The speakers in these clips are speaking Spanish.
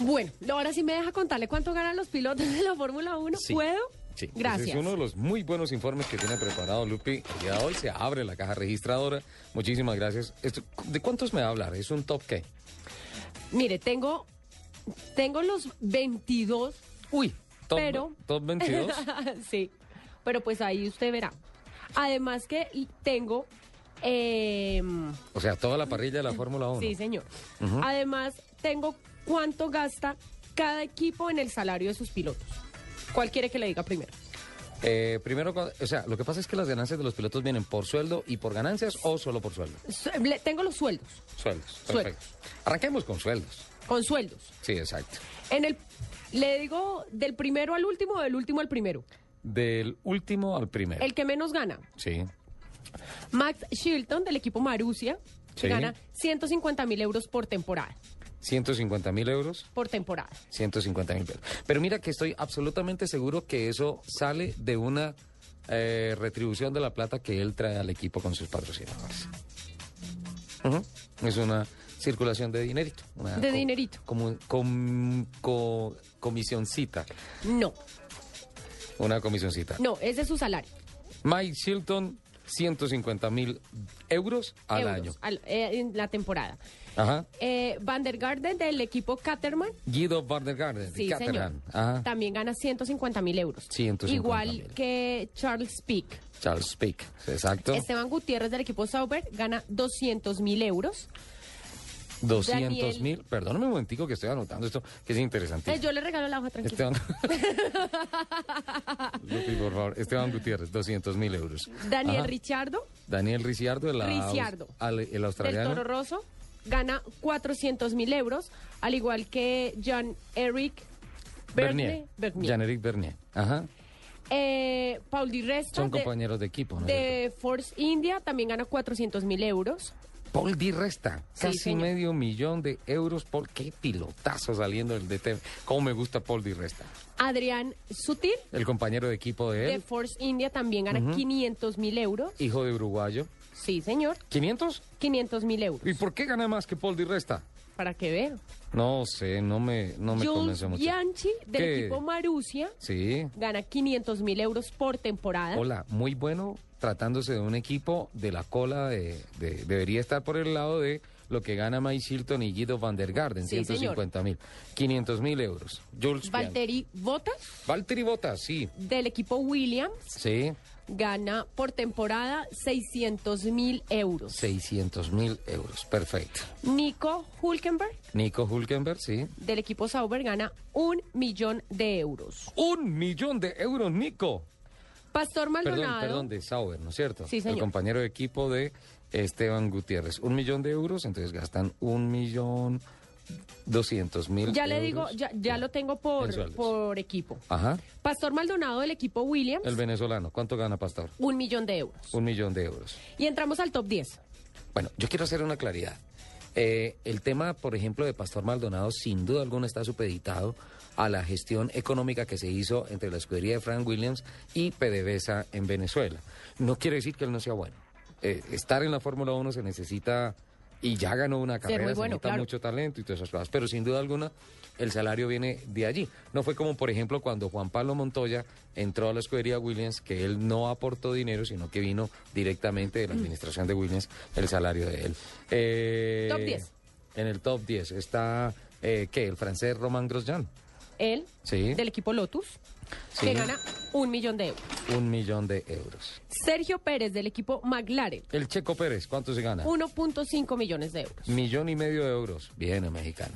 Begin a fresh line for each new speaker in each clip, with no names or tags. Bueno, ahora sí me deja contarle cuánto ganan los pilotos de la Fórmula 1.
Sí.
¿Puedo?
Sí.
Gracias.
Ese es uno de los muy buenos informes que tiene preparado Lupi. El día de hoy se abre la caja registradora. Muchísimas gracias. Esto- ¿De cuántos me va a hablar? ¿Es un top qué?
Mire, tengo, tengo los 22,
Uy,
top- Pero-
top 22.
sí, pero pues ahí usted verá. Además que tengo... em,
o sea, toda la parrilla de la Fórmula 1.
Sí, señor. Además, tengo cuánto gasta cada equipo en el salario de sus pilotos. ¿Cuál quiere que le diga primero?
Eh, primero, cua- o sea, lo que pasa es que las ganancias de los pilotos vienen por sueldo y por ganancias o solo por sueldo.
Su- le- Tengo los sueldos,
Sueldos.
Sueldo.
Perfecto. Arranquemos con sueldos.
con sueldos.
Sí, exacto.
En el, le digo del primero al último o del último al primero.
Del último al primero.
El que menos gana,
Sí.
Max Shilton del equipo Marussia,
Sí.
gana 150 mil euros por temporada.
150 mil euros.
Por temporada.
150 mil pesos. Pero mira que estoy absolutamente seguro que eso sale de una eh, retribución de la plata que él trae al equipo con sus patrocinadores. Ujú. Es una circulación de dinerito. una
De
co-
dinerito.
Como un- com- co- comisioncita.
No,
Una comisioncita.
no, ese es su salario.
Mike Shilton, 150 mil euros al
euros,
año.
al- eh, en la temporada.
Ajá.
Eh, Van der Garden del equipo Caterman
Guido Vandergarden,
Sí,
Caterham. ah.
señor.
Ajá.
También gana 150 mil euros.
150.000.
Igual que Charles Peak.
Charles Peak. Exacto.
Esteban Gutiérrez del equipo Sauber gana 200 mil euros.
200
Daniel.
mil. Perdóname un momentico que estoy anotando esto, que es interesante.
Eh, yo le regalo la hoja tranquila.
Esteban. Lupi, por favor. Esteban Gutiérrez, 200 mil euros.
Daniel
Este- Ajá.
Richardo
Daniel Ricciardo, el, aus-
Ricciardo.
al- el
del
australiano.
Toro Rosso gana 400 mil euros, al igual que John Eric Bernier.
Bernier. Jean-Eric Bernier. Ajá.
Eh, Paul Di Resta
Son
de-
compañeros de equipo, ¿no?
de Force India también gana 400 mil euros.
Paul Di Resta,
Sí,
casi
señor.
medio millón de euros. Paul, qué pilotazo saliendo del DT. Cómo me gusta Paul Di Resta.
Adrián Sutil
El compañero de equipo de
de
él,
Force India también gana 500 mil euros.
hijo de uruguayo.
Sí, señor.
¿500?
500 mil euros.
¿Y por qué gana más que Paul Di Resta?
Para que vean.
No sé, no me, no me
Jules
convence mucho.
Bianchi, del
¿Qué?
equipo Marussia,
Sí.
gana 500 mil euros por temporada.
Hola, muy bueno tratándose de un equipo de la cola de, de- debería estar por el lado de lo que gana Mike Shilton y Guido van der Garden,
Sí, señor.
150 mil, 500 mil euros. Jules Bianchi.
Valtteri Bottas,
Valtteri Bottas, sí.
del equipo Williams,
Sí,
gana por temporada 600 mil euros.
600 mil euros, perfecto.
Nico Hulkenberg,
Nico Hulkenberg, sí.
del equipo Sauber, gana un millón de euros.
Un millón de euros, Nico.
Pastor
Perdón,
Maldonado.
perdón, de Sauber, ¿no es cierto?
Sí, señor.
El compañero de equipo de Esteban Gutiérrez. Un millón de euros, entonces gastan un millón doscientos mil.
Ya le
euros
digo, ya, ya lo tengo por,
en sueldos.
por equipo.
Ajá.
Pastor Maldonado, del equipo Williams,
El venezolano, ¿cuánto gana Pastor?
un millón de euros.
Un millón de euros.
Y entramos al top 10.
Bueno, yo quiero hacer una claridad. Eh, el tema, por ejemplo, de Pastor Maldonado, sin duda alguna está supeditado a la gestión económica que se hizo entre la escudería de Frank Williams y PDVSA en Venezuela. No quiere decir que él no sea bueno. Eh, estar en la Fórmula 1 se necesita, y ya ganó una
Ser muy
carrera, se
bueno,
necesita
claro.
mucho talento y todas esas cosas, pero sin duda alguna el salario viene de allí. No fue como, por ejemplo, cuando Juan Pablo Montoya entró a la escudería Williams, que él no aportó dinero, sino que vino directamente
Mm.
de la administración de Williams el salario de él. Eh,
Top 10.
En el top 10 está, eh, ¿qué? El francés Román Grosjean.
Él,
Sí.
del equipo Lotus,
Sí.
que gana un millón de euros.
Un millón de euros.
Sergio Pérez, del equipo McLaren,
El Checo Pérez, ¿cuánto se gana?
1.5 millones de euros.
Millón y medio de euros. Bien, el mexicano.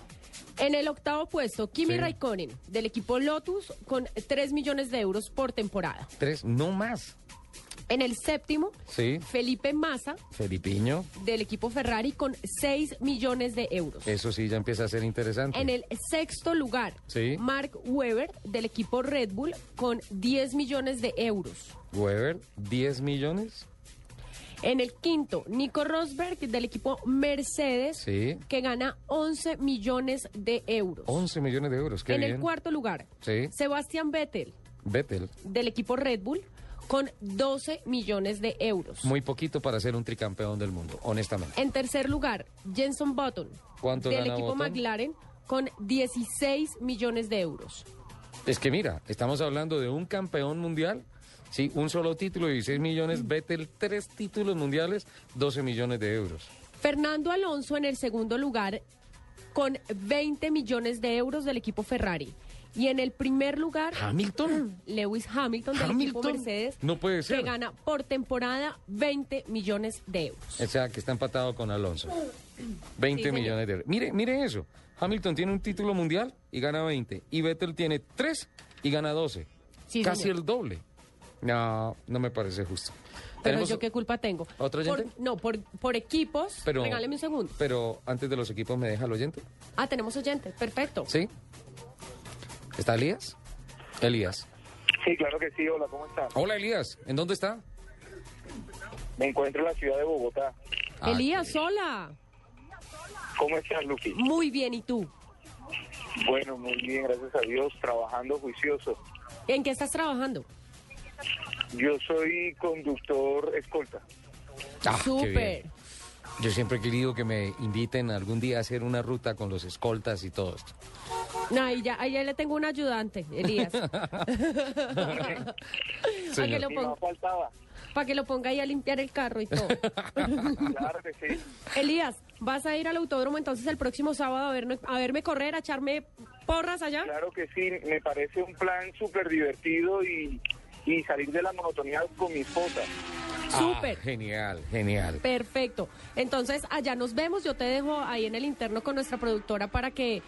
En el octavo puesto, Kimi
Sí.
Raikkonen, del equipo Lotus, con 3 millones de euros por temporada.
Tres, no más.
En el séptimo,
Sí.
Felipe Massa,
Felipiño,
del equipo Ferrari, con 6 millones de euros.
eso sí ya empieza a ser interesante.
En el sexto lugar,
Sí.
Mark Webber, del equipo Red Bull, con 10 millones de euros.
Weber, 10 millones.
En el quinto, Nico Rosberg del equipo Mercedes,
Sí.
que gana 11 millones de euros.
11 millones de euros, qué
en
bien.
el cuarto lugar,
Sí.
Sebastián Vettel
Vettel,
del equipo Red Bull con 12 millones de euros.
muy poquito para ser un tricampeón del mundo, honestamente.
en tercer lugar, Jenson Button
¿Cuánto
del
gana
equipo
Button?
McLaren con 16 millones de euros.
Es que mira, estamos hablando de un campeón mundial. Sí, un solo título, 16 millones. Vettel, tres títulos mundiales, 12 millones de euros.
Fernando Alonso en el segundo lugar con 20 millones de euros del equipo Ferrari. Y en el primer lugar,
Hamilton.
Lewis Hamilton del equipo
Hamilton.
Mercedes,
No puede ser.
que gana por temporada 20 millones de euros.
O sea, que está empatado con Alonso. 20
señor.
millones de euros. Mire, mire eso. Hamilton tiene un título mundial y gana 20. Y Vettel tiene 3 y gana 12.
Sí,
Casi
señor.
el doble. No, no me parece justo.
Pero
Tenemos-
yo qué culpa tengo.
¿Otro
Por-
oyente?
no, por, por equipos.
pero,
Regáleme un segundo.
Pero antes de los equipos, ¿me deja el oyente?
Ah, tenemos oyente. Perfecto.
¿Sí? ¿Está Elías? Elías.
Sí, claro que sí. Hola, ¿cómo estás?
Hola, Elías. ¿En dónde está?
Me encuentro en la ciudad de Bogotá.
Ah,
Elías, hola.
¿Cómo estás, Luqui?
Muy bien, ¿y tú?
Bueno, muy bien, gracias a Dios, trabajando juicioso.
¿En qué estás trabajando?
Yo soy conductor escolta.
Ah, qué bien.
Súper.
Yo siempre he querido que me inviten algún día a hacer una ruta con los escoltas y todo esto.
No, ahí ya, ahí ya le tengo un ayudante, Elías. Para que,
Señor.
lo
Y no
ponga,
faltaba.
pa' que lo ponga ahí a limpiar el carro y todo.
Claro que sí.
Elías, ¿vas a ir al autódromo entonces el próximo sábado a, vernos- a verme correr, a echarme porras allá?
Claro que sí. Me parece un plan súper divertido y, y salir de la monotonía con mi esposa.
Ah,
Súper.
genial, genial.
Perfecto. Entonces, allá nos vemos. Yo te dejo ahí en el interno con nuestra productora para que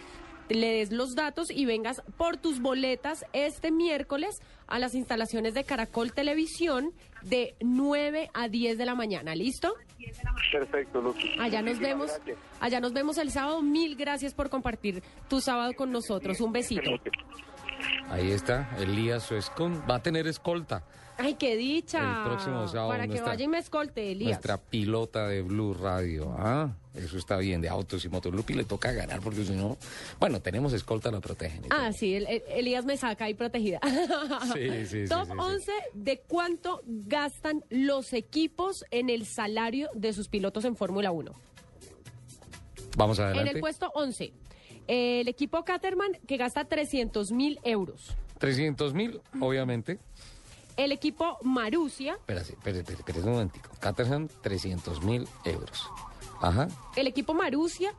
le des los datos y vengas por tus boletas este miércoles a las instalaciones de Caracol Televisión de 9 a 10 de la mañana. ¿Listo?
Perfecto, Luqui.
Allá nos
Muchísimas
vemos.
gracias.
Allá nos vemos el sábado. Mil gracias por compartir tu sábado con nosotros. Un besito.
Ahí está, Elías Oescón. Va a tener escolta.
Ay, qué dicha.
El próximo sábado
Para que
nuestra-
vaya y me escolte, Elías.
Nuestra pilota de Blue Radio. Ah, eso está bien, de autos y motos. Lupi le toca ganar porque si no. Bueno, tenemos escolta, la protegen. y
Ah, sí, el- el- Elías me saca ahí protegida.
Sí, sí, sí,
Top
sí, sí.
11 de cuánto gastan los equipos en el salario de sus pilotos en Fórmula 1.
todo. Vamos
En
adelante.
el puesto 11, el equipo Caterman que gasta 300 mil euros.
300 mil, obviamente.
El equipo Marusia,
Espera, sí, espera, espera, espera un momentico. Caterham, 300 mil euros. Ajá.
el equipo Marusia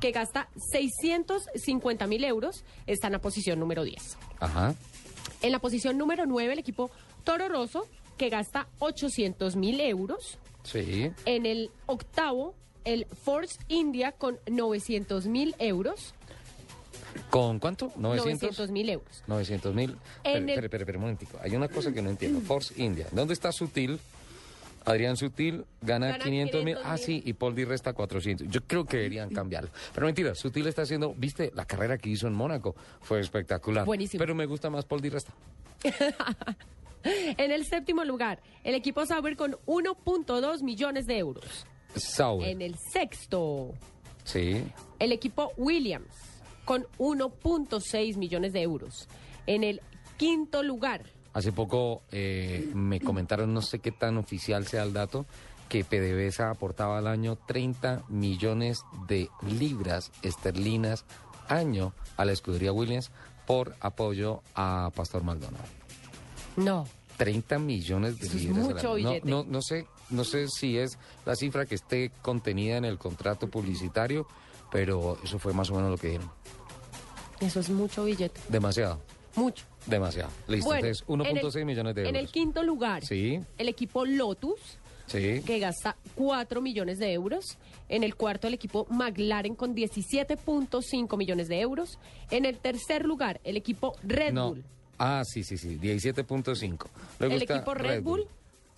que gasta 650 mil euros, está en la posición número 10.
Ajá.
En la posición número 9, el equipo Toro Rosso que gasta 800 mil euros.
Sí.
En el octavo, el Force India con 900 mil euros.
¿Con cuánto?
900 mil euros.
900 mil.
En
Espera,
el-
espera, espera, un momentico. Hay una cosa que no entiendo. Force India. ¿Dónde está Sutil? Adrián Sutil gana,
Gana
500 mil. Ah,
500.000.
sí, y Poldi resta 400. Yo creo que deberían cambiarlo. Pero mentira, Sutil está haciendo, viste, la carrera que hizo en Mónaco. Fue espectacular.
Buenísimo.
Pero me gusta más Poldi resta.
En el séptimo lugar, el equipo Sauber con 1.2 millones de euros.
Sauer.
En el sexto,
Sí.
el equipo Williams con 1.6 millones de euros. En el quinto lugar,
Hace poco eh, me comentaron, no sé qué tan oficial sea el dato, que PDVSA aportaba al año 30 millones de libras esterlinas año a la escudería Williams por apoyo a Pastor Maldonado.
no.
30 millones de
Eso es
libras. al
mucho
año. No-
billete.
No, no, sé, no sé si es la cifra que esté contenida en el contrato publicitario, pero eso fue más o menos lo que dijeron.
Eso es mucho billete.
Demasiado,
Mucho.
demasiado. Listo,
Bueno,
entonces
en el-
1.6 millones de euros.
En el quinto lugar,
Sí,
el equipo Lotus
sí.
que gasta 4 millones de euros. En el cuarto, el equipo McLaren con 17.5 millones de euros. En el tercer lugar, el equipo Red
No.
Bull.
Ah, sí, sí, sí, 17.5. Luego
El
está
equipo Red, Bull,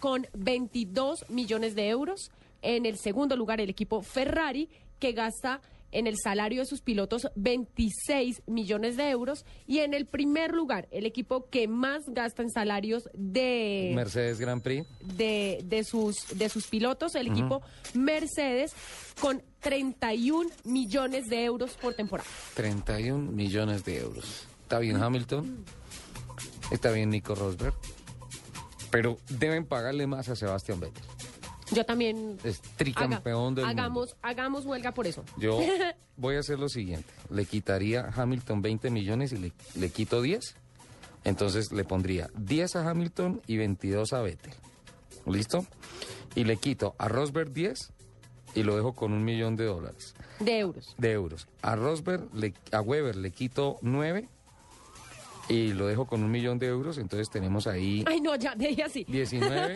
con 22 millones de euros. En el segundo lugar, el equipo Ferrari, que gasta en el salario de sus pilotos 26 millones de euros. Y en el primer lugar, el equipo que más gasta en salarios de
Mercedes Grand Prix.
de, de sus, de sus pilotos, el equipo Mercedes, con 31 millones de euros por temporada.
31 millones de euros. Está bien Hamilton. Está bien Nico Rosberg. Pero deben pagarle más a Sebastián Vettel.
Yo también.
Es tricampeón del mundo.
hagamos, Hagamos huelga por eso.
Yo voy a hacer lo siguiente. Le quitaría a Hamilton 20 millones y le, le quito 10. Entonces le pondría 10 a Hamilton y 22 a Vettel. ¿Listo? Y le quito a Rosberg 10 y lo dejo con un millón de dólares.
De euros.
De euros. A Rosberg, le- a Weber le quito 9 y lo dejo con un millón de euros. Entonces tenemos ahí
Ay, no, ya, dije así.
19.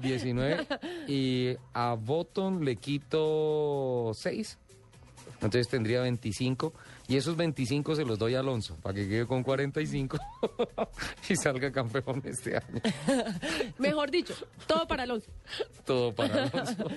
19. Y a Botton le quito 6. Entonces tendría 25. Y esos 25 se los doy a Alonso para que quede con 45 y salga campeón este año.
Mejor dicho, todo para Alonso.
Todo para Alonso.